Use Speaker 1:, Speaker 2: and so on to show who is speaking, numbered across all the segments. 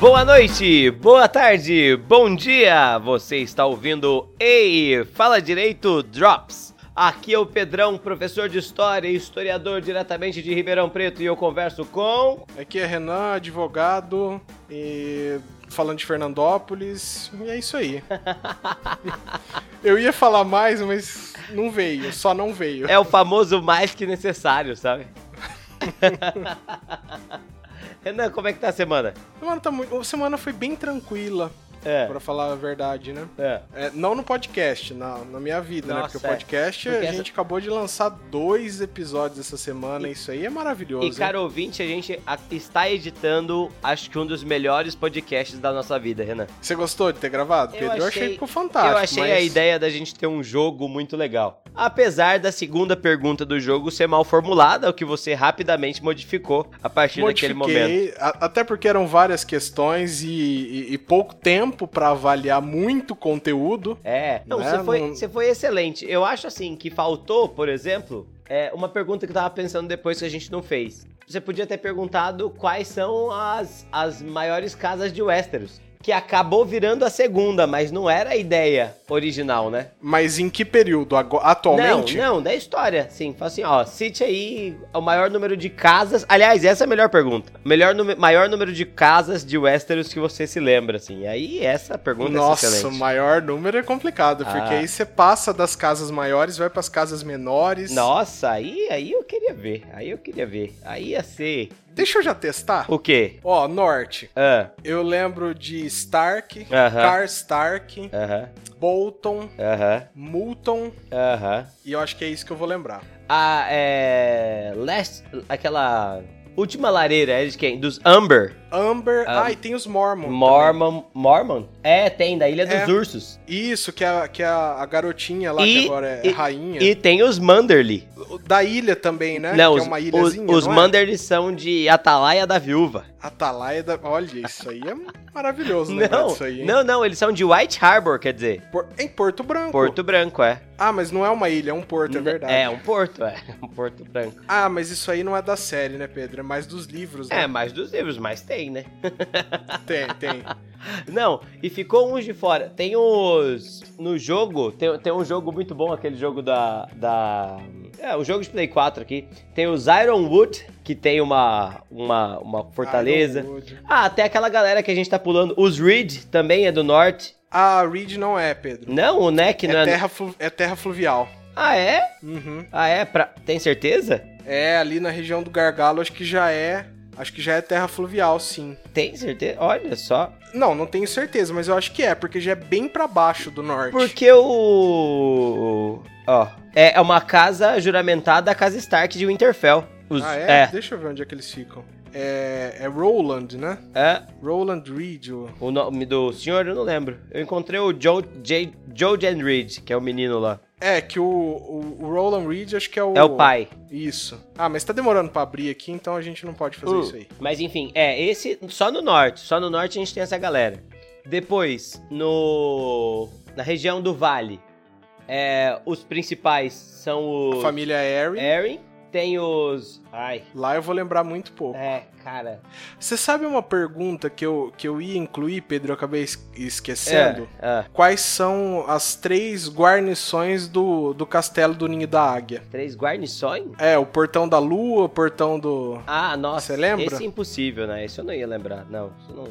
Speaker 1: Boa noite, boa tarde, bom dia! Você está ouvindo Ei, Fala Direito Drops. Aqui é o Pedrão, professor de História e historiador diretamente de Ribeirão Preto, e eu converso com.
Speaker 2: Aqui é Renan, advogado e falando de Fernandópolis, e é isso aí. Eu ia falar mais, mas não veio, só não veio.
Speaker 1: É o famoso mais que necessário, sabe? Renan, como é que tá a semana?
Speaker 2: Semana, tá muito... semana foi bem tranquila.
Speaker 1: É.
Speaker 2: Pra falar a verdade, né?
Speaker 1: É.
Speaker 2: É, não no podcast, na, na minha vida, né?
Speaker 1: Nossa,
Speaker 2: Porque o
Speaker 1: é.
Speaker 2: podcast,
Speaker 1: Porque
Speaker 2: a
Speaker 1: essa-
Speaker 2: gente acabou de lançar dois episódios essa semana, isso aí é maravilhoso.
Speaker 1: E, cara ouvinte, a gente a- está editando, acho que um dos melhores podcasts da nossa vida, Renan.
Speaker 2: hein? Você gostou de ter gravado,
Speaker 1: Eu
Speaker 2: Pedro? Eu achei
Speaker 1: achei-
Speaker 2: que ficou fantástico.
Speaker 1: Eu achei
Speaker 2: mas-
Speaker 1: a ideia da gente ter um jogo muito legal. Apesar da segunda pergunta do jogo ser mal formulada, o que você rapidamente modificou a partir daquele momento.
Speaker 2: Modifiquei, a- até porque eram várias questões e, e- e pouco tempo pra avaliar muito conteúdo.
Speaker 1: É, não,
Speaker 2: Né?
Speaker 1: você, foi,
Speaker 2: Não-
Speaker 1: você foi excelente. Eu acho assim que faltou, por exemplo, é, uma pergunta que eu tava pensando depois que a gente não fez. Você podia ter perguntado quais são as, as maiores casas de Westeros. Que acabou virando a segunda, mas não era a ideia original, né?
Speaker 2: Mas em que período? Ago- Atualmente?
Speaker 1: Não, não, da história, sim. Fala assim, ó, cite aí o maior número de casas. Aliás, essa é a melhor pergunta. Melhor, nume- maior número de casas de Westeros que você se lembra, assim. Aí essa pergunta é
Speaker 2: Nossa, o
Speaker 1: excelente.
Speaker 2: maior número é complicado,
Speaker 1: Ah.
Speaker 2: porque aí você passa das casas maiores, vai pras casas menores.
Speaker 1: Nossa, aí, aí eu queria ver. Aí eu queria ver. Aí ia ser.
Speaker 2: Deixa eu já testar.
Speaker 1: O quê?
Speaker 2: Ó, norte.
Speaker 1: Ah,
Speaker 2: Eu lembro de Stark,
Speaker 1: Aham.
Speaker 2: Car Stark,
Speaker 1: Aham,
Speaker 2: Bolton,
Speaker 1: aham,
Speaker 2: Multon,
Speaker 1: aham.
Speaker 2: e eu acho que é isso que eu vou lembrar.
Speaker 1: A, é. Last. Aquela. Última lareira é de quem? Dos Amber.
Speaker 2: Amber,
Speaker 1: Ah.
Speaker 2: ah, e tem os Mormon. também.
Speaker 1: Mormon. Mormon? É, tem, da Ilha
Speaker 2: É.
Speaker 1: dos Ursos.
Speaker 2: Isso, que é, que é a garotinha lá,
Speaker 1: E-
Speaker 2: que agora é
Speaker 1: e-
Speaker 2: rainha.
Speaker 1: E tem os Manderly.
Speaker 2: Da ilha também, né?
Speaker 1: Não,
Speaker 2: que
Speaker 1: os,
Speaker 2: é uma
Speaker 1: os,
Speaker 2: ilhazinha,
Speaker 1: os
Speaker 2: não é?
Speaker 1: Manderly são de Atalaia da Viúva.
Speaker 2: Atalaia da... Olha, isso aí é maravilhoso lembrar
Speaker 1: Não,
Speaker 2: disso aí, hein?
Speaker 1: não, não, eles são de White Harbor, quer dizer.
Speaker 2: Por- Em Porto Branco.
Speaker 1: Porto Branco, é.
Speaker 2: Ah, mas não é uma ilha, é um porto, é verdade.
Speaker 1: É, um porto, é. Um porto branco.
Speaker 2: Ah, mas isso aí não é da série, né, Pedro? É mais dos livros,
Speaker 1: É,
Speaker 2: né?
Speaker 1: mais dos livros, mas tem, né?
Speaker 2: Tem, tem.
Speaker 1: Não, e ficou uns de fora. Tem os. No jogo, tem, tem um jogo muito bom, aquele jogo da. da é, o jogo de Play 4 aqui. Tem os Ironwood, que tem uma, uma, uma fortaleza.
Speaker 2: Ironwood.
Speaker 1: Ah, até aquela galera que a gente tá pulando. Os Reed também é do norte.
Speaker 2: Ah, Reed não é, Pedro.
Speaker 1: Não, o Neck não
Speaker 2: É
Speaker 1: é.
Speaker 2: terra, flu- é terra fluvial.
Speaker 1: Ah, é?
Speaker 2: Uhum.
Speaker 1: Ah, é? Pra... Tem certeza?
Speaker 2: É, ali na região do Gargalo, acho que já é... Acho que já é terra fluvial, sim.
Speaker 1: Tem certeza? Olha só.
Speaker 2: Não, não tenho certeza, mas eu acho que é, porque já é bem pra baixo do norte.
Speaker 1: Porque o. Ó. É é uma casa juramentada a casa Stark de Winterfell. Os...
Speaker 2: Ah, é?
Speaker 1: é.
Speaker 2: Deixa eu ver onde é que eles ficam. É, é Roland, né?
Speaker 1: é.
Speaker 2: Roland Reed. o-
Speaker 1: O nome do senhor eu não lembro. Eu encontrei o Joe, J... Joe Jan Reed, que é o menino lá.
Speaker 2: É, que o, o, o Roland Reed acho que é o...
Speaker 1: É o pai.
Speaker 2: Isso. Ah, mas tá demorando pra abrir aqui, então a gente não pode fazer
Speaker 1: Hum,
Speaker 2: isso aí.
Speaker 1: Mas enfim, é, esse só no norte. Só no norte a gente tem essa galera. Depois, no. Na região do vale, é, os principais são
Speaker 2: A
Speaker 1: os.
Speaker 2: família Harry,
Speaker 1: Erin. Tem os. Ai.
Speaker 2: lá eu vou lembrar muito pouco.
Speaker 1: É, cara.
Speaker 2: Você sabe uma pergunta que eu, que eu ia incluir, Pedro, eu acabei es- esquecendo?
Speaker 1: É, é.
Speaker 2: Quais são as três guarnições do, do castelo do Ninho da Águia?
Speaker 1: Três guarnições?
Speaker 2: É, o Portão da Lua, o Portão do...
Speaker 1: Ah, nossa.
Speaker 2: Você lembra?
Speaker 1: Esse é impossível, né? Esse eu não ia lembrar. Não, isso não. A-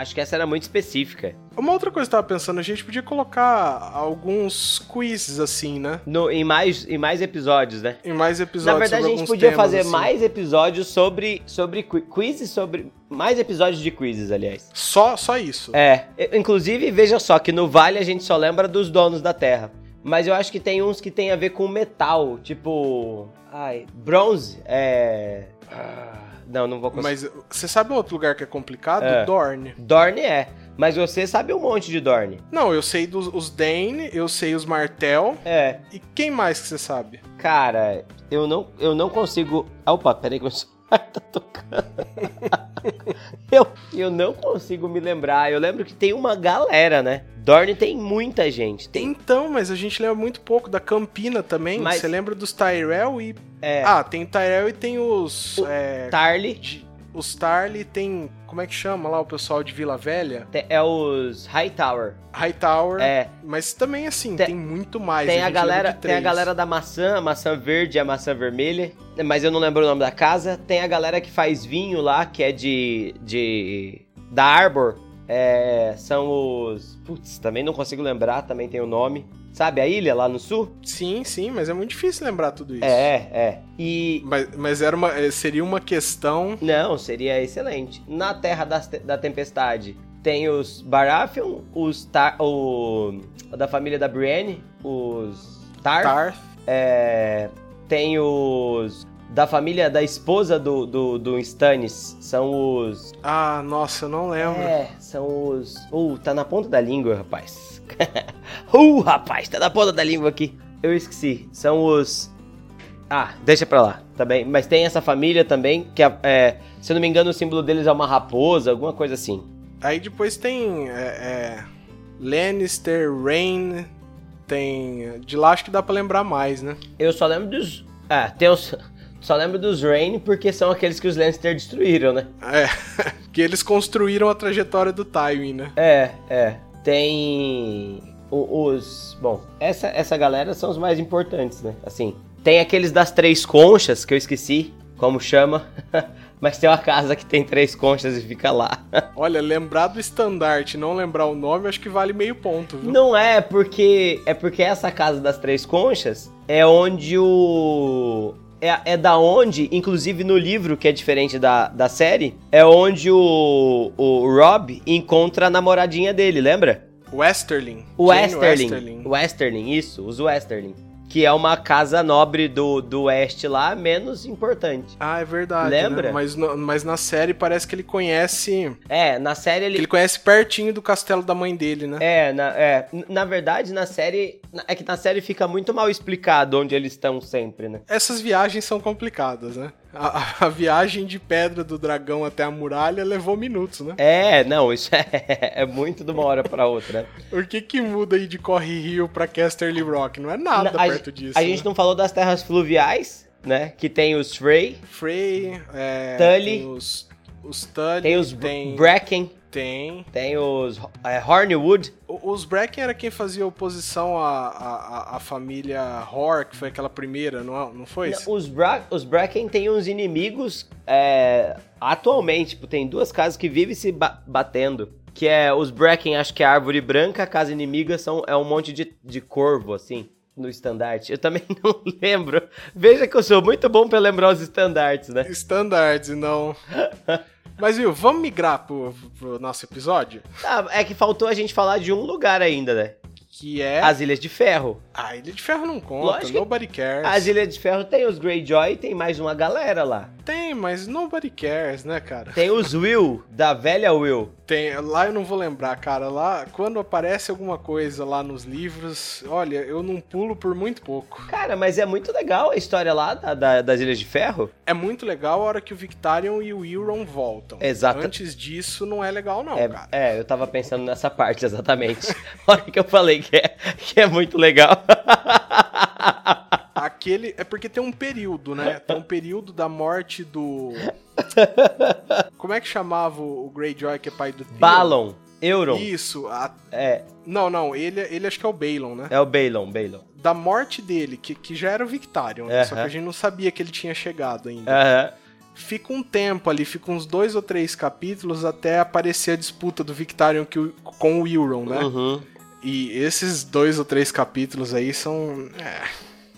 Speaker 1: Acho que essa era muito específica.
Speaker 2: Uma outra coisa que eu tava pensando, a gente podia colocar alguns quizzes assim, né?
Speaker 1: No, em, mais, em mais episódios, né?
Speaker 2: Em mais
Speaker 1: Na
Speaker 2: episódios.
Speaker 1: verdade, a
Speaker 2: sobre
Speaker 1: gente
Speaker 2: alguns
Speaker 1: podia
Speaker 2: temas,
Speaker 1: fazer
Speaker 2: assim.
Speaker 1: mais episódios sobre, sobre qui- quizzes, sobre. Mais episódios de quizzes, aliás.
Speaker 2: Só, só isso.
Speaker 1: É. e- Inclusive, veja só que no Vale a gente só lembra dos donos da terra. Mas eu acho que tem uns que tem a ver com metal, tipo. Ai, bronze? É. ah, Não, não vou conseguir.
Speaker 2: Mas você sabe outro lugar que é complicado?
Speaker 1: É.
Speaker 2: Dorne.
Speaker 1: Dorne é. Mas você sabe um monte de Dorne.
Speaker 2: Não, eu sei dos os Dane, eu sei os Martel.
Speaker 1: É.
Speaker 2: E quem mais que você sabe?
Speaker 1: Cara, eu não, eu não consigo. Opa, peraí que meu celular tá tocando. eu, eu não consigo me lembrar. Eu lembro que tem uma galera, né? Dorne tem muita gente. Tem.
Speaker 2: Então, mas a gente lembra muito pouco da Campina também.
Speaker 1: Mas-
Speaker 2: Você lembra dos Tyrell e.
Speaker 1: É.
Speaker 2: Ah, tem Tyrell e tem os. é,
Speaker 1: Tarly.
Speaker 2: de- os Tarly tem. Como é que chama lá o pessoal de Vila Velha?
Speaker 1: Te- É os Hightower.
Speaker 2: Hightower.
Speaker 1: É.
Speaker 2: Mas também, assim,
Speaker 1: Tem-
Speaker 2: tem, muito mais.
Speaker 1: Tem
Speaker 2: gente
Speaker 1: a,
Speaker 2: lembra
Speaker 1: galera,
Speaker 2: de
Speaker 1: tem a
Speaker 2: três.
Speaker 1: galera da maçã, a maçã verde e a maçã vermelha, mas eu não lembro o nome da casa. Tem a galera que faz vinho lá, que é de. de da Arbor. É, são os. Putz, também não consigo lembrar, também tem o nome. Sabe a ilha lá no sul?
Speaker 2: Sim, sim, mas é muito difícil lembrar tudo isso.
Speaker 1: É, é. E.
Speaker 2: Mas, mas era uma, eh, seria uma questão.
Speaker 1: Não, seria excelente. Na Terra das Te- da Tempestade tem os Baratheon, os. Tar, o. da família da Brienne, os. Tar.
Speaker 2: Tarth.
Speaker 1: É, tem os. Da família da esposa do, do, do Stannis. São os.
Speaker 2: Ah, nossa, eu não lembro.
Speaker 1: É, são os. Uh, tá na ponta da língua, rapaz. uh, rapaz, tá na ponta da língua aqui. Eu esqueci. São os. Ah, deixa pra lá também. Mas tem essa família também, que é, é, se eu não me engano, o símbolo deles é uma raposa, alguma coisa assim.
Speaker 2: Aí depois tem é, é, Lannister, Rain, tem. De lá acho que dá pra lembrar mais, né?
Speaker 1: Eu só lembro dos. Ah, tem os. Só lembro dos Rain porque são aqueles que os Lannister destruíram, né?
Speaker 2: É. que eles construíram a trajetória do Tywin, né?
Speaker 1: É, é. Tem o- os. Bom, essa, essa galera são os mais importantes, né? Assim. Tem aqueles das três conchas, que eu esqueci como chama. Mas tem uma casa que tem três conchas e fica lá.
Speaker 2: Olha, lembrar do estandarte, não lembrar o nome, acho que vale meio ponto, viu?
Speaker 1: Não é porque. É porque essa casa das três conchas é onde o. É, é da onde, inclusive no livro, que é diferente da, da série, é onde o, o Rob encontra a namoradinha dele, lembra?
Speaker 2: Westerling.
Speaker 1: O
Speaker 2: Jane
Speaker 1: Westerling. Westerling, isso, os Westerling. Que é uma casa nobre do, do oeste lá, menos importante.
Speaker 2: Ah, é verdade.
Speaker 1: Lembra?
Speaker 2: né? Mas, no- mas na série parece que ele conhece.
Speaker 1: É, na série
Speaker 2: que
Speaker 1: ele.
Speaker 2: ele conhece pertinho do castelo da mãe dele, né?
Speaker 1: É na, é, n- na verdade, na série. na- É que na série fica muito mal explicado onde eles estão sempre, né?
Speaker 2: Essas viagens são complicadas, né? A, a- a viagem de pedra do dragão até a muralha levou minutos, né?
Speaker 1: É, não, isso é, é muito de uma hora pra outra. né?
Speaker 2: O que que muda aí de Corre Rio pra Casterly Rock? Não é nada
Speaker 1: Na- a
Speaker 2: perto
Speaker 1: gen-
Speaker 2: disso.
Speaker 1: A
Speaker 2: né?
Speaker 1: gente não falou das terras fluviais, né? Que tem os Frey,
Speaker 2: né? Frey, é,
Speaker 1: Tully.
Speaker 2: tem os, os Tully,
Speaker 1: tem os
Speaker 2: tem,
Speaker 1: Bracken,
Speaker 2: tem.
Speaker 1: tem os é, Hornwood.
Speaker 2: O- Os Bracken era quem fazia oposição à, à, à- à família Hor, que foi aquela primeira, não, é- não foi?
Speaker 1: Não, Os, Bra os Bracken têm uns inimigos é, atualmente, tipo, tem duas casas que vivem se ba- batendo. Que é os Bracken, acho que é a árvore branca, a casa inimiga são, é um monte de, de corvo, assim, no estandarte. Eu também não lembro. Veja que eu sou muito bom pra lembrar os estandartes, né?
Speaker 2: Standards, não. Mas viu, vamos migrar pro, pro nosso episódio?
Speaker 1: Ah, é que faltou a gente falar de um lugar ainda, né?
Speaker 2: Que é.
Speaker 1: As Ilhas de Ferro.
Speaker 2: A Ilha de Ferro não conta,
Speaker 1: Lógico que-
Speaker 2: nobody cares.
Speaker 1: As Ilhas de Ferro tem os Greyjoy e tem mais uma galera lá.
Speaker 2: Tem, mas nobody cares, né, cara?
Speaker 1: Tem os Will, da velha Will.
Speaker 2: Tem, lá eu não vou lembrar, cara. Lá, quando aparece alguma coisa lá nos livros, olha, eu não pulo por muito pouco.
Speaker 1: Cara, mas é muito legal a história lá da- da- das Ilhas de Ferro.
Speaker 2: É muito legal a hora que o Victarion e o Euron voltam.
Speaker 1: Exata-
Speaker 2: Antes disso, não é legal não,
Speaker 1: É,
Speaker 2: cara.
Speaker 1: é, eu tava pensando nessa parte exatamente. Olha que eu falei que é, que é muito legal.
Speaker 2: Aquele... É porque tem um período, né? Tem um período da morte do... Como é que chamava o Greyjoy, que é pai do Theon?
Speaker 1: Balon, Euron.
Speaker 2: Isso. a-
Speaker 1: É,
Speaker 2: Não, não. Ele, ele acho que é o Balon, né?
Speaker 1: é o Balon, Balon.
Speaker 2: da morte dele, que, que já era o Victarion, né? só que
Speaker 1: Aham.
Speaker 2: a gente não sabia que ele tinha chegado ainda.
Speaker 1: Aham.
Speaker 2: Fica um tempo ali, fica uns dois ou três capítulos até aparecer a disputa do Victarion que o- com o Euron, né?
Speaker 1: Uhum.
Speaker 2: E esses dois ou três capítulos aí são. é,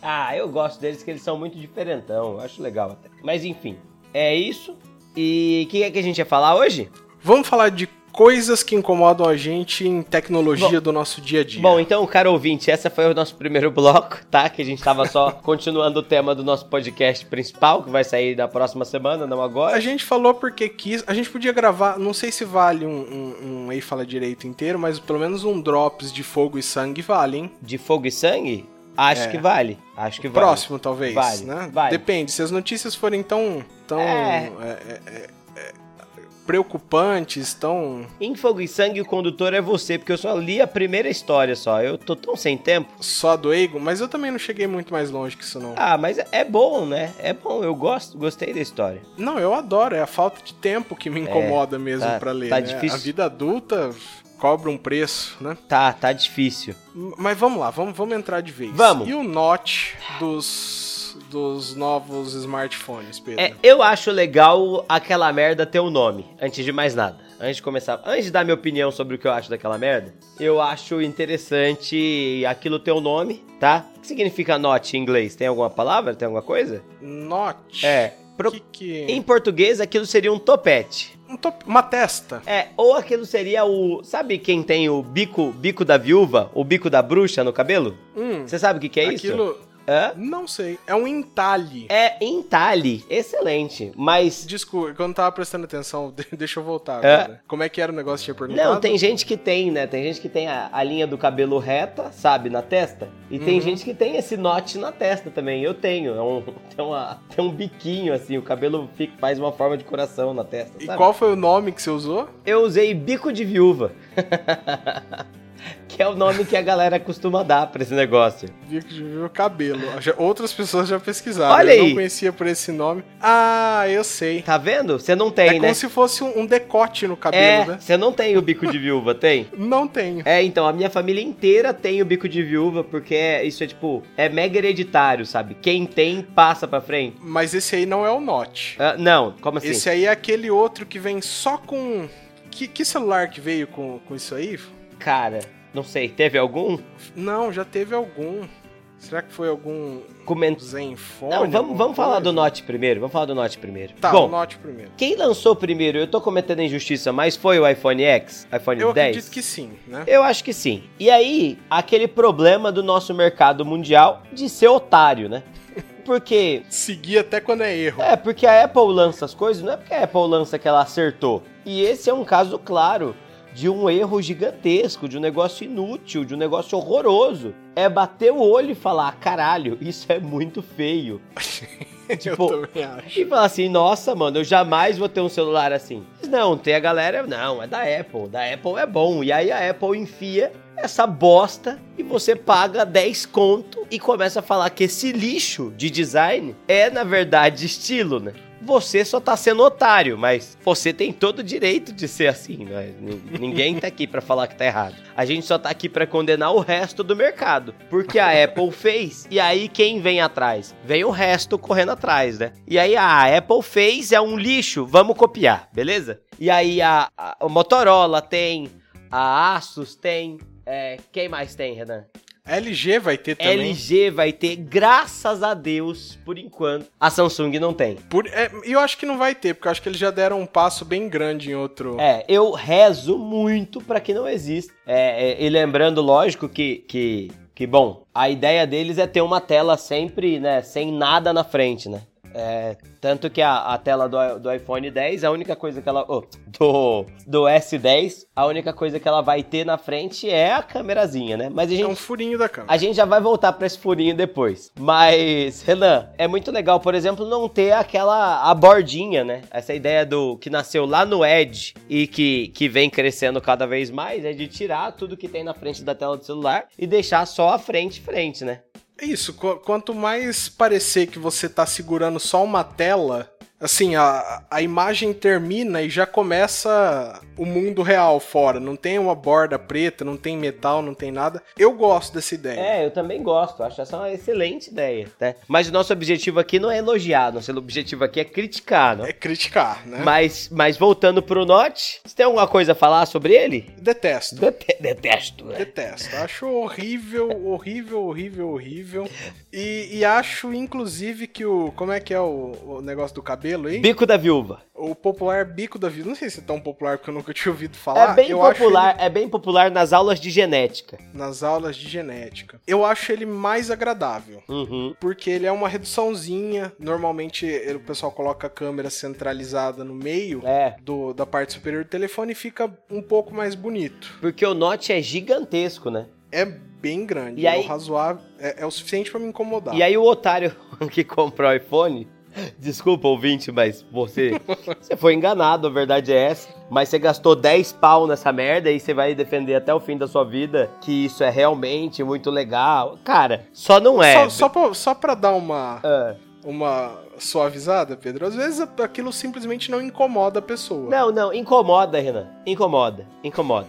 Speaker 1: Ah, eu gosto deles que eles são muito diferentão. Eu acho legal até. Mas enfim, é isso. E o que é que a gente ia falar hoje?
Speaker 2: Vamos falar de coisas que incomodam a gente em tecnologia do nosso dia a dia.
Speaker 1: Bom, então, caro ouvinte, essa foi o nosso primeiro bloco, tá? Que a gente tava só continuando o tema do nosso podcast principal, que vai sair na próxima semana, não agora.
Speaker 2: A gente falou porque quis. A gente podia gravar, não sei se vale um, um, um Ei Fala Direito inteiro, mas pelo menos um Drops de Fogo e Sangue vale, hein?
Speaker 1: De fogo e sangue? Acho
Speaker 2: É.
Speaker 1: que vale. Acho que vale.
Speaker 2: Próximo, talvez.
Speaker 1: Vale, É.
Speaker 2: né?
Speaker 1: vale.
Speaker 2: Depende, se as notícias forem tão. tão
Speaker 1: É.
Speaker 2: é, é, é, é, preocupantes, tão.
Speaker 1: Em Fogo e Sangue, o condutor é você, porque eu só li a primeira história só. Eu tô tão sem tempo.
Speaker 2: só do Egon, mas eu também não cheguei muito mais longe que isso, não.
Speaker 1: Ah, mas é bom, né? É bom, eu gosto, gostei da história.
Speaker 2: Não, eu adoro, é a falta de tempo que me incomoda mesmo
Speaker 1: É, tá-
Speaker 2: pra ler.
Speaker 1: tá
Speaker 2: né?
Speaker 1: difícil.
Speaker 2: A vida adulta cobra um preço, né?
Speaker 1: Tá, tá difícil.
Speaker 2: M- Mas vamos lá, vamos, vamos entrar de vez.
Speaker 1: Vamos.
Speaker 2: E o Note dos, dos novos smartphones, Pedro?
Speaker 1: É, eu acho legal aquela merda ter um nome, antes de mais nada. Antes de começar, antes de dar minha opinião sobre o que eu acho daquela merda, eu acho interessante aquilo ter um nome, tá? O que significa not em inglês? Tem alguma palavra? Tem alguma coisa?
Speaker 2: Note.
Speaker 1: É. pro-
Speaker 2: Que que-
Speaker 1: Em português, aquilo seria um topete.
Speaker 2: um top- Uma testa.
Speaker 1: É, ou aquilo seria o. Sabe quem tem o bico bico da viúva, o bico da bruxa no cabelo?
Speaker 2: Hum,
Speaker 1: Você sabe o que, que é isso?
Speaker 2: aquilo.
Speaker 1: Hã?
Speaker 2: Não sei. É um entalhe.
Speaker 1: É entalhe. Excelente. Mas
Speaker 2: Desculpa, que eu não tava prestando atenção. de- Deixa eu voltar
Speaker 1: É.
Speaker 2: agora. Como é que era o negócio que tinha perguntado?
Speaker 1: Não, tem gente que tem, né? Tem gente que tem a, a linha do cabelo reta, sabe, na testa. E tem
Speaker 2: Uhum.
Speaker 1: gente que tem esse note na testa também. Eu tenho. É um, tem, uma- tem um biquinho, assim. O cabelo fica, faz uma forma de coração na testa,
Speaker 2: E
Speaker 1: sabe?
Speaker 2: qual foi o nome que você usou?
Speaker 1: Eu usei bico de viúva. que é o nome que a galera costuma dar pra esse negócio.
Speaker 2: Bico de vivo cabelo. Já- Outras pessoas já pesquisaram.
Speaker 1: Olha
Speaker 2: eu
Speaker 1: aí.
Speaker 2: não conhecia por esse nome. Ah, eu sei.
Speaker 1: Tá vendo? Você não tem,
Speaker 2: é como
Speaker 1: né?
Speaker 2: se fosse um um decote no
Speaker 1: É,
Speaker 2: cabelo, né?
Speaker 1: você não tem o bico de viúva, tem?
Speaker 2: Não tenho.
Speaker 1: É, então, a minha família inteira tem o bico de viúva, porque é- isso é tipo, é mega hereditário, sabe? Quem tem, passa pra frente.
Speaker 2: Mas esse aí não é o Note.
Speaker 1: Ah, não, como assim?
Speaker 2: Esse aí é aquele outro que vem só com. Que, que celular que veio com, com isso aí?
Speaker 1: Cara, não sei, teve algum?
Speaker 2: Não, já teve algum. Será que foi algum
Speaker 1: Comenta.
Speaker 2: Zenfone?
Speaker 1: Não, vamos,
Speaker 2: alguma
Speaker 1: vamos falar do
Speaker 2: coisa?
Speaker 1: Note primeiro, vamos falar do Note primeiro.
Speaker 2: Tá, o
Speaker 1: Bom,
Speaker 2: Note primeiro.
Speaker 1: quem lançou primeiro, eu tô cometendo injustiça, mas foi o iPhone X, iPhone
Speaker 2: Eu
Speaker 1: 10?
Speaker 2: acredito que sim, né?
Speaker 1: Eu acho que sim. E aí, aquele problema do nosso mercado mundial de ser otário, né? Porque
Speaker 2: Seguir até quando é erro.
Speaker 1: É, porque a Apple lança as coisas, não é porque a Apple lança que ela acertou. E esse é um caso claro de um erro gigantesco, de um negócio inútil, de um negócio horroroso. É bater o olho e falar, caralho, isso é muito feio. tipo,
Speaker 2: eu também acho.
Speaker 1: E falar assim, nossa, mano, eu jamais vou ter um celular assim. Mas não, tem a galera, não, é da Apple, da Apple é bom. E aí a Apple enfia essa bosta e você paga 10 conto e começa a falar que esse lixo de design é, na verdade, estilo, né? Você só tá sendo otário, mas você tem todo o direito de ser assim, né? Ni- Ninguém tá aqui pra falar que tá errado. A gente só tá aqui pra condenar o resto do mercado, porque a Apple fez e aí quem vem atrás? Vem o resto correndo atrás, né? E aí a Apple fez é um lixo, vamos copiar, beleza? E aí a, a- o Motorola tem, a Asus tem, é, quem mais tem, Renan?
Speaker 2: LG vai ter também.
Speaker 1: LG vai ter, graças a Deus, por enquanto. A Samsung não tem.
Speaker 2: Por- é, E eu acho que não vai ter, porque eu acho que eles já deram um passo bem grande em outro.
Speaker 1: É, eu rezo muito pra que não exista. É, é, e lembrando, lógico, que, que, que, bom, a ideia deles é ter uma tela sempre, né, sem nada na frente, né? É, tanto que a, a tela do, do iPhone 10, a única coisa que ela. oh, do, do S10, a única coisa que ela vai ter na frente é a câmerazinha, né? Mas a
Speaker 2: É
Speaker 1: gente
Speaker 2: um furinho da câmera.
Speaker 1: a gente já vai voltar pra esse furinho depois. Mas, Renan, é muito legal, por exemplo, não ter aquela a bordinha, né? Essa ideia do que nasceu lá no Edge e que, que vem crescendo cada vez mais é de tirar tudo que tem na frente da tela do celular e deixar só a frente frente, né?
Speaker 2: É Isso, qu- quanto mais parecer que você tá segurando só uma tela, assim, a, a imagem termina e já começa o mundo real fora. Não tem uma borda preta, não tem metal, não tem nada. Eu gosto dessa ideia.
Speaker 1: É, eu também gosto, acho essa uma excelente ideia, né? Mas o nosso objetivo aqui não é elogiar, nosso objetivo aqui é criticar, né?
Speaker 2: É, criticar, né?
Speaker 1: Mas, mas voltando pro Note, você tem alguma coisa a falar sobre ele?
Speaker 2: Detesto.
Speaker 1: Dete- Detesto, né?
Speaker 2: Detesto. Acho horrível, horrível, horrível, horrível.
Speaker 1: É.
Speaker 2: E, e acho, inclusive, que o. Como é que é o, o negócio do cabelo aí?
Speaker 1: Bico da viúva.
Speaker 2: O popular bico da vida. Não sei se é tão popular porque eu nunca tinha ouvido falar.
Speaker 1: é bem
Speaker 2: eu acho ele
Speaker 1: popular, é bem popular nas aulas de genética.
Speaker 2: nas aulas de genética. Eu acho ele mais agradável.
Speaker 1: Uhum.
Speaker 2: Porque ele é uma reduçãozinha. Normalmente ele- o pessoal coloca a câmera centralizada no meio
Speaker 1: É,
Speaker 2: do, da parte superior do telefone e fica um pouco mais bonito.
Speaker 1: porque o Note é gigantesco, né?
Speaker 2: É bem grande,
Speaker 1: E aí-
Speaker 2: é o razoável, é, é o suficiente pra me incomodar.
Speaker 1: E aí o otário que comprou o iPhone Desculpa, ouvinte, mas você, você foi enganado, a verdade é essa. Mas você gastou 10 pau nessa merda e você vai defender até o fim da sua vida que isso é realmente muito legal. Cara, só não é.
Speaker 2: Só, só, pra, só pra dar uma,
Speaker 1: Ah.
Speaker 2: uma suavizada, Pedro, às vezes aquilo simplesmente não incomoda a pessoa.
Speaker 1: Não, não, incomoda, Renan. Incomoda, incomoda,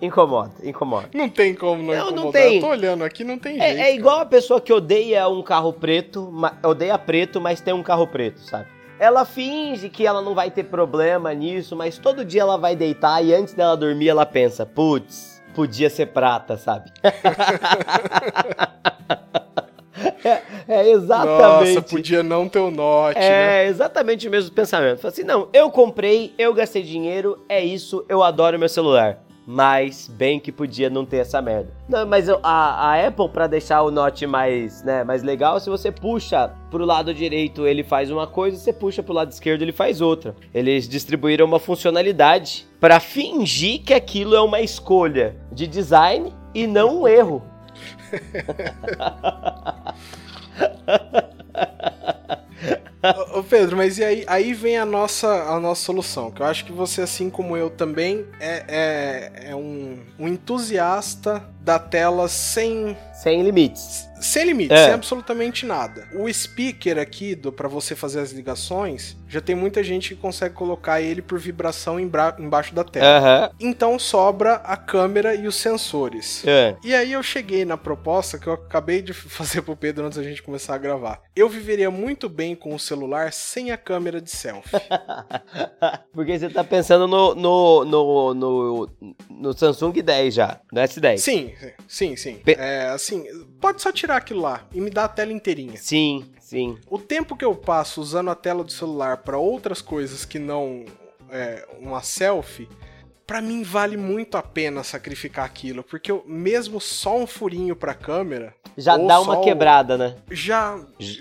Speaker 1: incomoda, incomoda.
Speaker 2: Não tem como não,
Speaker 1: Não, não
Speaker 2: incomodar.
Speaker 1: tem.
Speaker 2: Eu tô olhando aqui, não tem jeito.
Speaker 1: É, é igual a pessoa que odeia um carro preto, ma- odeia preto, mas tem um carro preto, sabe? Ela finge que ela não vai ter problema nisso, mas todo dia ela vai deitar e antes dela dormir ela pensa, putz, podia ser prata, sabe? é, é exatamente.
Speaker 2: Nossa, podia não ter o note, né?
Speaker 1: É exatamente o mesmo pensamento. Fala assim, não, eu comprei, eu gastei dinheiro, é isso, eu adoro meu celular. Mas bem que podia não ter essa merda. Não, mas eu- a, a Apple, pra deixar o Note mais, né, mais legal, se você puxa pro lado direito ele faz uma coisa, você puxa pro lado esquerdo ele faz outra. Eles distribuíram uma funcionalidade pra fingir que aquilo é uma escolha de design e não um erro.
Speaker 2: Ô, ô, Pedro, mas e aí, aí vem a nossa, a nossa solução, que eu acho que você, assim como eu também, é, é, é um, um entusiasta da tela sem,
Speaker 1: Sem limites.
Speaker 2: sem limite,
Speaker 1: É.
Speaker 2: sem absolutamente nada. O speaker aqui, do para você fazer as ligações, já tem muita gente que consegue colocar ele por vibração embra- embaixo da tela.
Speaker 1: Aham.
Speaker 2: Então sobra a câmera e os sensores.
Speaker 1: É.
Speaker 2: E aí eu cheguei na proposta que eu acabei de fazer pro Pedro antes da gente começar a gravar. Eu viveria muito bem com o celular sem a câmera de selfie.
Speaker 1: É Porque você tá pensando no, no, no, no, no Samsung 10 já, no S10.
Speaker 2: sim, sim, sim.
Speaker 1: Pe-
Speaker 2: É, assim, pode só tirar aquilo lá e me dar a tela inteirinha.
Speaker 1: Sim, sim.
Speaker 2: O tempo que eu passo usando a tela do celular para outras coisas que não é, uma selfie, para mim vale muito a pena sacrificar aquilo, porque eu, mesmo só um furinho pra câmera
Speaker 1: Já
Speaker 2: Ou
Speaker 1: dá uma
Speaker 2: só o-
Speaker 1: quebrada, né?
Speaker 2: já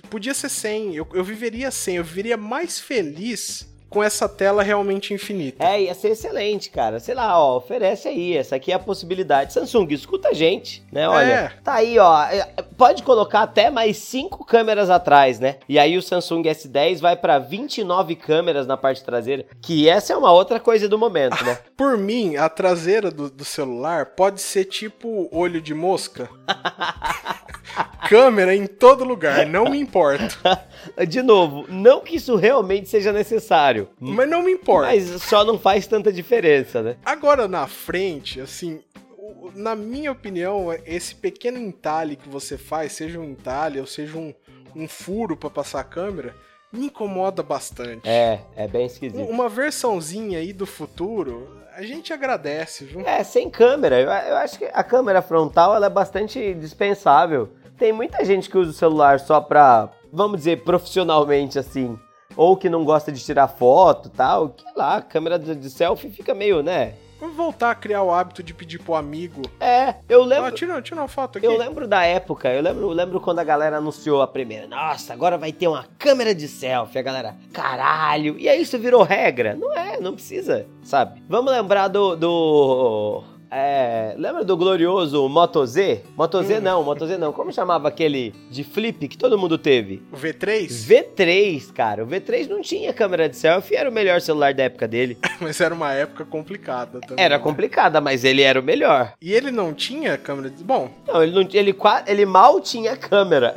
Speaker 2: podia ser sem. Eu, eu viveria sem, eu viveria mais feliz com essa tela realmente infinita.
Speaker 1: É, ia ser excelente, cara. Sei lá, ó, oferece aí. Essa aqui é a possibilidade. Samsung, escuta a gente, né? Olha,
Speaker 2: É.
Speaker 1: tá aí, ó. é, Pode colocar até mais cinco câmeras atrás, né? E aí o Samsung S10 vai pra 29 câmeras na parte traseira, que essa é uma outra coisa do momento, né?
Speaker 2: Por mim, a traseira do, do celular pode ser tipo olho de mosca. Câmera em todo lugar, não me importo.
Speaker 1: De novo, não que isso realmente seja necessário,
Speaker 2: Mas não me importo.
Speaker 1: mas só não faz tanta diferença, né?
Speaker 2: Agora na frente, assim, o- o- na minha opinião, esse pequeno entalhe que você faz, seja um entalhe ou seja um, um furo pra passar a câmera, me incomoda bastante.
Speaker 1: É, é bem
Speaker 2: Um-
Speaker 1: esquisito.
Speaker 2: Uma versãozinha aí do futuro, a gente agradece, viu?
Speaker 1: É, sem câmera. Eu, eu acho que a câmera frontal ela é bastante dispensável. Tem muita gente que usa o celular só pra, vamos dizer, profissionalmente assim. Ou que não gosta de tirar foto tal. Que lá, a câmera de, de selfie fica meio, né?
Speaker 2: Vamos voltar a criar o hábito de pedir pro amigo.
Speaker 1: É, eu
Speaker 2: Ó,
Speaker 1: lembro.
Speaker 2: tira, tira uma foto aqui.
Speaker 1: Eu lembro da época, eu lembro, eu lembro quando a galera anunciou a primeira. Nossa, agora vai ter uma câmera de selfie, a galera. Caralho! E aí isso virou regra? Não é, não precisa, sabe? Vamos lembrar do. do é, lembra do glorioso Moto Z? Moto Z
Speaker 2: Hum.
Speaker 1: não, Moto Z não. Como chamava aquele de flip que todo mundo teve?
Speaker 2: O V3?
Speaker 1: V3, cara. O V3 não tinha câmera de selfie, era o melhor celular da época dele.
Speaker 2: Mas era uma época complicada também.
Speaker 1: Era complicada, mas ele era o melhor.
Speaker 2: E ele não tinha câmera de. Bom,
Speaker 1: Não, ele, não, ele, qua- ele mal tinha câmera.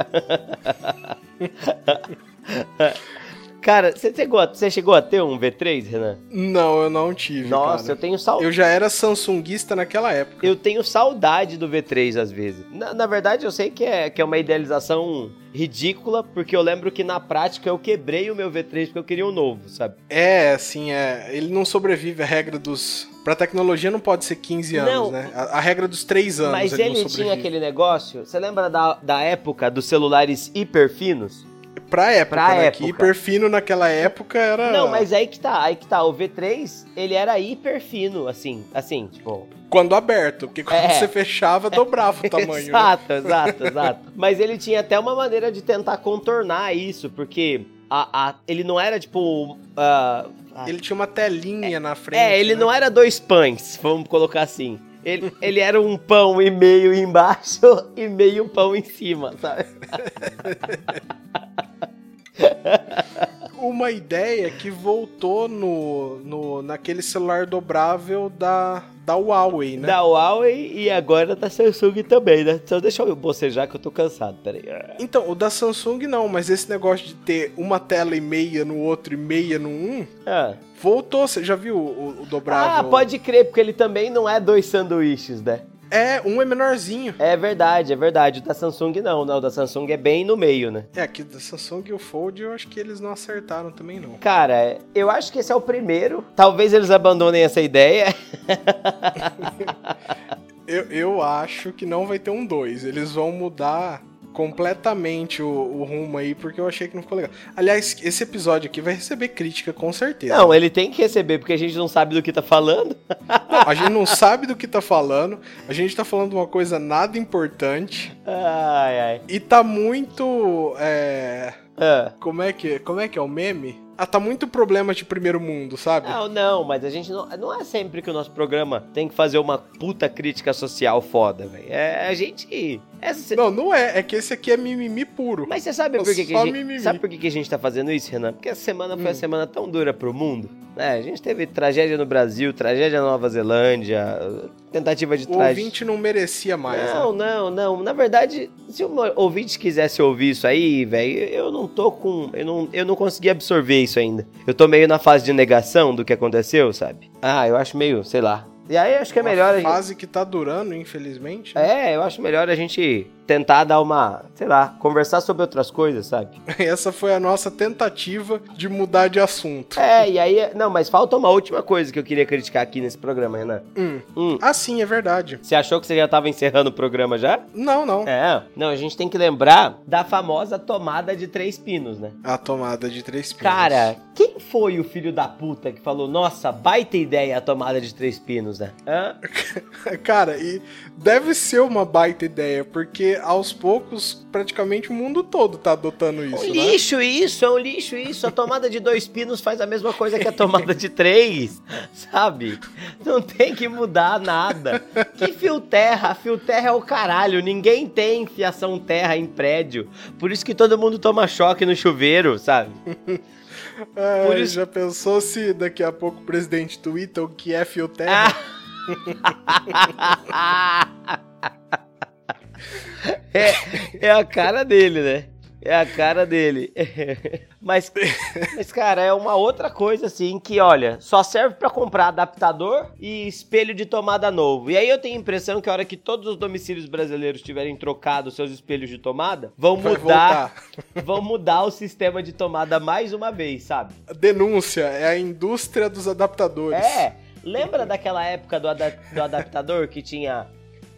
Speaker 1: Cara, você chegou, a- você chegou a ter um V3, Renan?
Speaker 2: não, eu não tive.
Speaker 1: Nossa, eu
Speaker 2: cara.
Speaker 1: tenho, sal,
Speaker 2: Eu já era Samsunguista naquela época.
Speaker 1: eu tenho saudade do V3 às vezes. Na, na verdade, eu sei que é, que é uma idealização ridícula, porque eu lembro que na prática eu quebrei o meu V3 porque eu queria um novo, sabe?
Speaker 2: É, assim, é. Ele não sobrevive à regra dos. Pra tecnologia não pode ser 15 anos,
Speaker 1: Não.
Speaker 2: né? A, a regra dos 3 anos
Speaker 1: Mas
Speaker 2: ele,
Speaker 1: ele,
Speaker 2: não
Speaker 1: tinha
Speaker 2: sobrevive.
Speaker 1: aquele negócio. Você lembra da, da época dos celulares hiperfinos?
Speaker 2: Pra época,
Speaker 1: Pra
Speaker 2: né?
Speaker 1: época.
Speaker 2: Que hiperfino naquela época era.
Speaker 1: Não, mas aí que tá, aí que tá. O V3, ele era hiper fino, assim, assim, tipo.
Speaker 2: Quando aberto, porque quando
Speaker 1: É.
Speaker 2: você fechava, dobrava o tamanho. né?
Speaker 1: exato, exato, exato. Mas ele tinha até uma maneira de tentar contornar isso, porque a, a- ele não era, tipo. ah, ah,
Speaker 2: Ele tinha uma telinha na frente.
Speaker 1: é, ele
Speaker 2: né?
Speaker 1: não era dois pães, vamos colocar assim. Ele, ele era um pão e meio embaixo e meio pão em cima, sabe?
Speaker 2: Uma ideia que voltou no, no naquele celular dobrável da, da Huawei, né?
Speaker 1: Da Huawei e agora da Samsung também, né? Só deixa eu bocejar que eu tô cansado, peraí.
Speaker 2: Então, o da Samsung não, mas esse negócio de ter uma tela e meia no outro e meia no um,
Speaker 1: Ah,
Speaker 2: voltou. Você já viu o, o dobrável?
Speaker 1: ah pode crer, porque ele também não é dois sanduíches, né?
Speaker 2: É, um é menorzinho.
Speaker 1: É verdade, é verdade. O da Samsung não, né? O da Samsung é bem no meio, né?
Speaker 2: É, aqui da Samsung e o Fold eu acho que eles não acertaram também, não.
Speaker 1: Cara, eu acho que esse é o primeiro. Talvez eles abandonem essa ideia.
Speaker 2: Eu, eu acho que não vai ter um 2. Eles vão mudar completamente o, o rumo aí, porque eu achei que não ficou legal. Aliás, esse episódio aqui vai receber crítica, com certeza.
Speaker 1: Não, é- ele tem que receber, porque a gente não sabe do que tá falando.
Speaker 2: Não, a gente não sabe do que tá falando. A gente tá falando uma coisa nada importante.
Speaker 1: Ai, ai.
Speaker 2: E tá muito. é,
Speaker 1: Ah.
Speaker 2: como, é que, como é que é o meme? Ah, tá muito problema de primeiro mundo, sabe?
Speaker 1: Não, não, mas a gente não. Não é sempre que o nosso programa tem que fazer uma puta crítica social foda, velho. É a gente. Essa, se-
Speaker 2: Não, não é. É que esse aqui é mimimi puro.
Speaker 1: Mas você sabe por,
Speaker 2: Só
Speaker 1: que, que a gente,
Speaker 2: mimimi. Hum.
Speaker 1: sabe por que, que a gente tá fazendo isso, Renan? Porque essa semana foi uma semana tão dura pro mundo. Né? A gente teve tragédia no Brasil, tragédia na Nova Zelândia, tentativa de
Speaker 2: O
Speaker 1: tragédia.
Speaker 2: ouvinte não merecia mais. né?
Speaker 1: Não, não, não. Na verdade, se o meu ouvinte quisesse ouvir isso aí, velho, eu não tô com. Eu não, eu não consegui absorver isso ainda. Eu tô meio na fase de negação do que aconteceu, sabe? Ah, eu acho meio, sei lá. E aí acho que é melhor a
Speaker 2: Uma
Speaker 1: gente.
Speaker 2: fase que tá durando, infelizmente.
Speaker 1: É, eu acho melhor a gente tentar dar uma, sei lá, conversar sobre outras coisas, sabe?
Speaker 2: Essa foi a nossa tentativa de mudar de assunto.
Speaker 1: É, e aí. Não, mas falta uma última coisa que eu queria criticar aqui nesse programa, Renan.
Speaker 2: Hum.
Speaker 1: Hum.
Speaker 2: Ah, sim, é verdade.
Speaker 1: Você achou que você já tava encerrando o programa já?
Speaker 2: Não, não.
Speaker 1: É. Não, a gente tem que lembrar da famosa tomada de três pinos, né?
Speaker 2: A tomada de três pinos.
Speaker 1: Cara, quem foi o filho da puta que falou, nossa, baita ideia a tomada de três pinos, né? Hã?
Speaker 2: Cara, e deve ser uma baita ideia, porque aos poucos, praticamente o mundo todo tá adotando
Speaker 1: É um
Speaker 2: isso, né?
Speaker 1: lixo isso, é um lixo isso. A tomada de dois pinos faz a mesma coisa que a tomada de três, sabe? Não tem que mudar nada. Que fio terra? Fio terra é o caralho. Ninguém tem fiação terra em prédio. Por isso que todo mundo toma choque no chuveiro, sabe?
Speaker 2: Ai,
Speaker 1: Por isso-
Speaker 2: É, Já pensou se daqui a pouco o presidente Twitter, o que é Fioterra?
Speaker 1: Ah. é, é a cara dele, né? É a cara dele. mas, mas, cara, é uma outra coisa, assim, que, olha, só serve pra comprar adaptador e espelho de tomada novo. E aí eu tenho a impressão que a hora que todos os domicílios brasileiros tiverem trocado seus espelhos de tomada, vão
Speaker 2: Vai
Speaker 1: mudar, vão mudar o sistema de tomada mais uma vez, sabe?
Speaker 2: Denúncia, é a indústria dos adaptadores.
Speaker 1: É, lembra daquela época do, ada- do adaptador que tinha.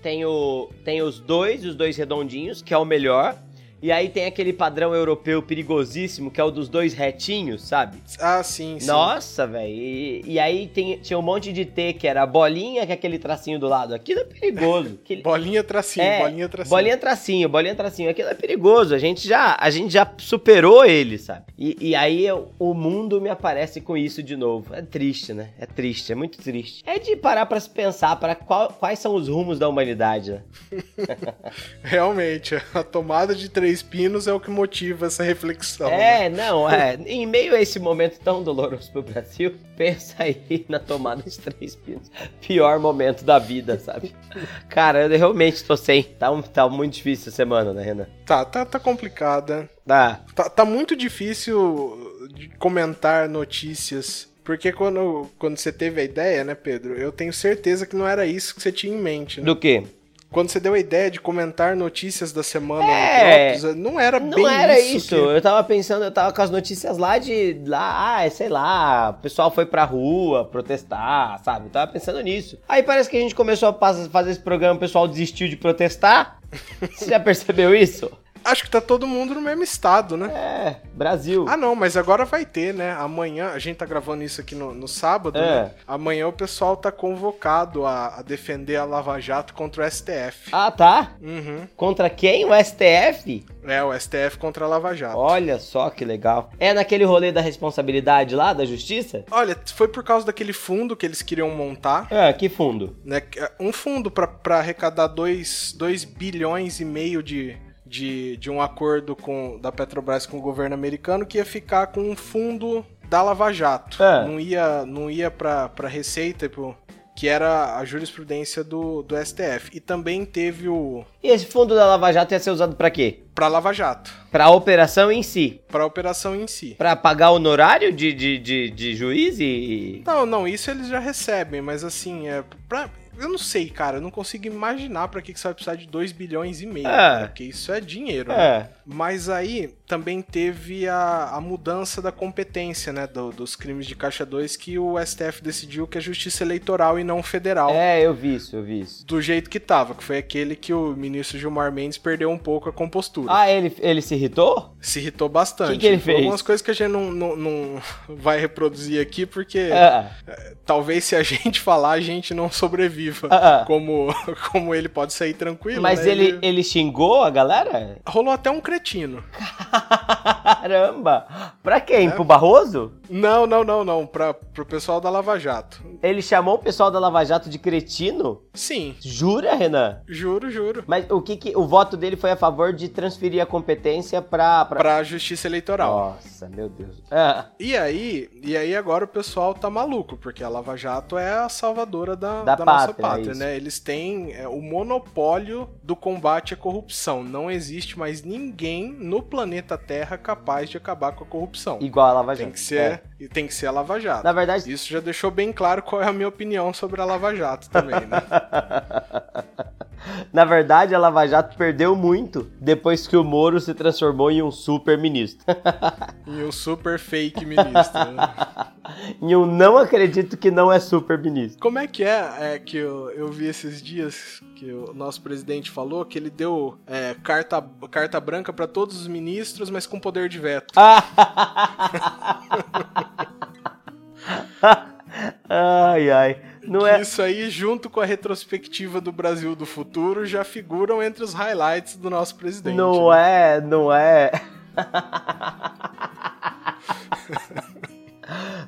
Speaker 1: Tem, o, tem os dois, os dois redondinhos, que é o melhor. E aí tem aquele padrão europeu perigosíssimo, que é o dos dois retinhos, sabe?
Speaker 2: Ah, sim, sim.
Speaker 1: Nossa, velho. E, e aí tem- tinha um monte de T que era a bolinha, que é aquele tracinho do lado. Aquilo é perigoso. Aquele-
Speaker 2: Bolinha tracinho,
Speaker 1: É,
Speaker 2: bolinha tracinho.
Speaker 1: Bolinha tracinho, bolinha tracinho. Aquilo é perigoso. A gente já, a gente já superou ele, sabe? E, e aí eu- o mundo me aparece com isso de novo. É triste, né? É triste, é muito triste. É de parar pra se pensar para qual- quais são os rumos da humanidade, né?
Speaker 2: Realmente, a tomada de três pinos é o que motiva essa reflexão. né?
Speaker 1: É, não, é. Em meio a esse momento tão doloroso pro Brasil, pensa aí na tomada de três pinos. Pior momento da vida, sabe? Cara, eu realmente tô sem. Tá, um- tá muito difícil essa semana, né, Renan?
Speaker 2: Tá, tá, tá complicada.
Speaker 1: Tá.
Speaker 2: Tá, tá muito difícil de comentar notícias. Porque quando, quando você teve a ideia, né, Pedro? Eu tenho certeza que não era isso que você tinha em mente. Né?
Speaker 1: Do quê?
Speaker 2: Quando você deu a ideia de comentar notícias da semana no
Speaker 1: É.
Speaker 2: Drops, não era bem
Speaker 1: Não era isso.
Speaker 2: que-
Speaker 1: Eu tava pensando, eu tava com as notícias lá de lá, ah, sei lá, o pessoal foi pra rua protestar, sabe? Eu tava pensando nisso. Aí parece que a gente começou a pas- fazer esse programa, o pessoal desistiu de protestar. Você já percebeu isso?
Speaker 2: Acho que tá todo mundo no mesmo estado, né?
Speaker 1: É, Brasil.
Speaker 2: Ah, não, mas agora vai ter, né? Amanhã, a gente tá gravando isso aqui no, no sábado,
Speaker 1: É.
Speaker 2: né? Amanhã o pessoal tá convocado a, a defender a Lava Jato contra o STF.
Speaker 1: Ah, tá.
Speaker 2: Uhum.
Speaker 1: Contra quem? O STF?
Speaker 2: É, o STF contra a Lava Jato.
Speaker 1: Olha só que legal. É naquele rolê da responsabilidade lá, da justiça?
Speaker 2: Olha, foi por causa daquele fundo que eles queriam montar,
Speaker 1: Ah, que fundo.
Speaker 2: é né? Um fundo pra pra arrecadar 2 bilhões e meio de, de, de um acordo com da Petrobras com o governo americano que ia ficar com um fundo da Lava Jato.
Speaker 1: É.
Speaker 2: Não ia, não ia para Receita, e pro- que era a jurisprudência do, do STF. E também teve o.
Speaker 1: E esse fundo da Lava Jato ia ser usado pra quê?
Speaker 2: para Lava Jato,
Speaker 1: Pra operação em si.
Speaker 2: para operação em si.
Speaker 1: Pra pagar honorário de, de, de, de juiz e.
Speaker 2: Não, não, isso eles já recebem, mas assim, é pra. Eu não sei, cara, eu não consigo imaginar pra que, que você vai precisar de 2 bilhões e meio.
Speaker 1: É.
Speaker 2: cara, Porque isso é dinheiro. né?
Speaker 1: É.
Speaker 2: Mas aí também teve a, a mudança da competência, né? do- dos crimes de Caixa 2, que o STF decidiu que é justiça eleitoral e não federal.
Speaker 1: É, eu vi isso, eu vi isso.
Speaker 2: Do jeito que tava, que foi aquele que o ministro Gilmar Mendes perdeu um pouco a compostura.
Speaker 1: Ah, ele, ele se irritou?
Speaker 2: Se irritou bastante.
Speaker 1: Que que ele fez?
Speaker 2: Algumas coisas que a gente não, não, não vai reproduzir aqui, porque
Speaker 1: Ah,
Speaker 2: talvez se a gente falar, a gente não sobreviva.
Speaker 1: ah, ah.
Speaker 2: Como, como ele pode sair tranquilo.
Speaker 1: Mas
Speaker 2: né?
Speaker 1: ele, ele xingou a galera?
Speaker 2: Rolou até um cretino.
Speaker 1: Caramba! Pra
Speaker 2: É.
Speaker 1: quem? Pro Barroso?
Speaker 2: Não, não, não, não. Pra, pro pessoal da Lava Jato.
Speaker 1: Ele chamou o pessoal da Lava Jato de cretino?
Speaker 2: Sim,
Speaker 1: Jura, Renan?
Speaker 2: juro, juro.
Speaker 1: Mas o que que o voto dele foi a favor de transferir a competência pra... pra...
Speaker 2: Pra justiça eleitoral.
Speaker 1: Nossa, meu Deus. Ah,
Speaker 2: E aí, e aí agora o pessoal tá maluco, porque a Lava Jato é a salvadora da,
Speaker 1: Da
Speaker 2: da nossa
Speaker 1: pátria, é
Speaker 2: pátria,
Speaker 1: isso.
Speaker 2: né? Eles têm é, o monopólio do combate à corrupção. Não existe mais ninguém no planeta Terra capaz de acabar com a corrupção.
Speaker 1: igual a Lava Jato.
Speaker 2: Tem que ser, e tem que ser a Lava
Speaker 1: É.
Speaker 2: Jato.
Speaker 1: Na verdade,
Speaker 2: Isso já deixou bem claro qual é a minha opinião sobre a Lava Jato também, né?
Speaker 1: na verdade, a Lava Jato perdeu muito depois que o Moro se transformou em um super ministro.
Speaker 2: E o super fake ministro. Né?
Speaker 1: e eu um não acredito que não é super ministro.
Speaker 2: Como é que é, é que eu, eu vi esses dias que o nosso presidente falou que ele deu é, carta, carta branca pra todos os ministros, mas com poder de veto?
Speaker 1: ai, ai. Não é,
Speaker 2: Isso aí, junto com a retrospectiva do Brasil do futuro, já figuram entre os highlights do nosso presidente.
Speaker 1: não
Speaker 2: né?
Speaker 1: é, não é.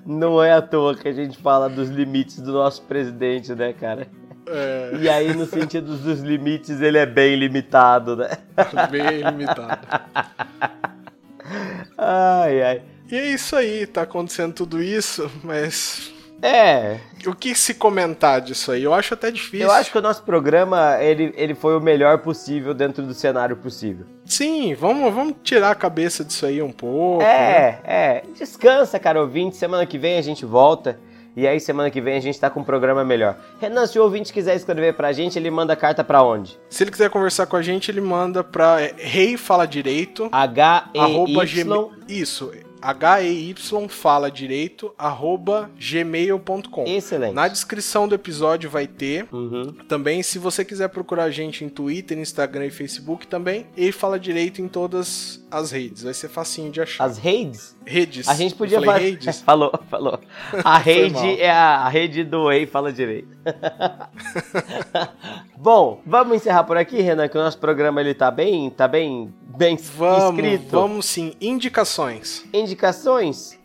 Speaker 1: Não é à toa que a gente fala dos limites do nosso presidente, né, cara?
Speaker 2: é.
Speaker 1: E aí, no sentido dos limites, ele é bem limitado, né?
Speaker 2: Bem limitado.
Speaker 1: Ai, ai.
Speaker 2: E é isso aí, tá acontecendo tudo isso, mas
Speaker 1: É,
Speaker 2: o que se comentar disso aí? Eu acho até difícil.
Speaker 1: eu acho que o nosso programa, ele, ele foi o melhor possível dentro do cenário possível.
Speaker 2: Sim, vamos, vamos tirar a cabeça disso aí um pouco. né?
Speaker 1: É, é. Descansa, cara, ouvinte. Semana que vem a gente volta. E aí, semana que vem a gente tá com um programa melhor. Renan, se o ouvinte quiser escrever pra gente, ele manda carta pra onde?
Speaker 2: Se ele quiser conversar com a gente, ele manda pra é, reifaladireito,
Speaker 1: h
Speaker 2: arroba
Speaker 1: e
Speaker 2: gmail... Isso, H-E-Y fala direito, arroba gmail.com.
Speaker 1: Excelente.
Speaker 2: Na descrição do episódio vai ter.
Speaker 1: Uhum.
Speaker 2: Também, se você quiser procurar a gente em Twitter, Instagram e Facebook também, e fala direito em todas as redes. Vai ser facinho de achar.
Speaker 1: As redes?
Speaker 2: Redes.
Speaker 1: A gente podia
Speaker 2: Eu falei
Speaker 1: fazer.
Speaker 2: redes.
Speaker 1: falou, falou. A
Speaker 2: Foi mal.
Speaker 1: rede é a, a rede do Ei Fala Direito. Bom, vamos encerrar por aqui, Renan, que o nosso programa ele tá bem, tá bem, bem
Speaker 2: Vamos,
Speaker 1: escrito.
Speaker 2: vamos sim. Indicações.
Speaker 1: Indicações?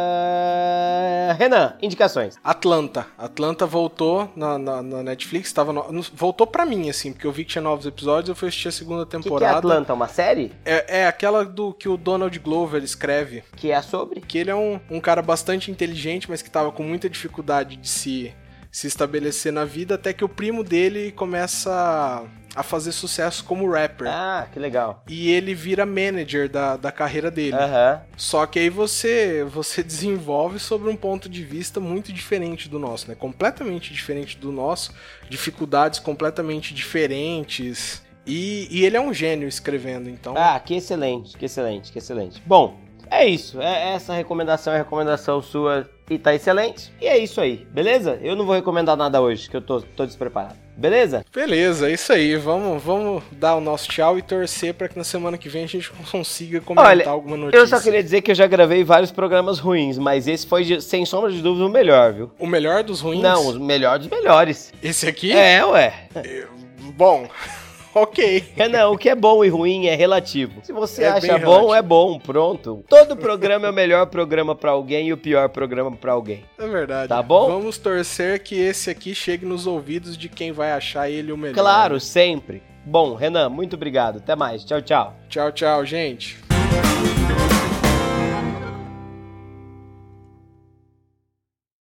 Speaker 1: Ah, Renan, indicações.
Speaker 2: Atlanta. Atlanta voltou na, na- na Netflix, tava no- no- voltou pra mim, assim, porque eu vi que tinha novos episódios, eu fui assistir a segunda
Speaker 1: O que, que é
Speaker 2: temporada.
Speaker 1: Atlanta? Uma série?
Speaker 2: é, é aquela do que o Donald Glover escreve.
Speaker 1: Que é sobre?
Speaker 2: Que ele é um, um cara bastante inteligente, mas que tava com muita dificuldade de se, se estabelecer na vida, até que o primo dele começa a- a fazer sucesso como rapper.
Speaker 1: Ah, que legal.
Speaker 2: E ele vira manager da, da carreira dele.
Speaker 1: Aham.
Speaker 2: Só que aí você você desenvolve sobre um ponto de vista muito diferente do nosso, né? Completamente diferente do nosso, dificuldades completamente diferentes. E, e ele é um gênio escrevendo, então.
Speaker 1: Ah, que excelente, que excelente, que excelente. Bom, é isso. É, essa recomendação é recomendação sua e tá excelente. E é isso aí, beleza? Eu não vou recomendar nada hoje, que eu tô, tô despreparado. Beleza?
Speaker 2: Beleza, é isso aí. Vamos, vamos dar o nosso tchau e torcer pra que na semana que vem a gente consiga comentar
Speaker 1: Olha,
Speaker 2: alguma notícia.
Speaker 1: Eu só queria dizer que eu já gravei vários programas ruins, mas esse foi, de- sem sombra de dúvida, o melhor, viu?
Speaker 2: O melhor dos ruins?
Speaker 1: Não, os melhores dos melhores.
Speaker 2: Esse aqui?
Speaker 1: É, ué.
Speaker 2: Bom, ok.
Speaker 1: Renan, o que é bom e ruim é relativo. Se você
Speaker 2: É
Speaker 1: acha
Speaker 2: bem
Speaker 1: bom,
Speaker 2: relativo.
Speaker 1: é bom, pronto. Todo programa é o melhor programa pra alguém e o pior programa pra alguém.
Speaker 2: É verdade.
Speaker 1: Tá bom?
Speaker 2: Vamos torcer que esse aqui chegue nos ouvidos de quem vai achar ele o melhor.
Speaker 1: Claro, sempre. Bom, Renan, muito obrigado. Até mais. Tchau, tchau.
Speaker 2: Tchau, tchau, gente.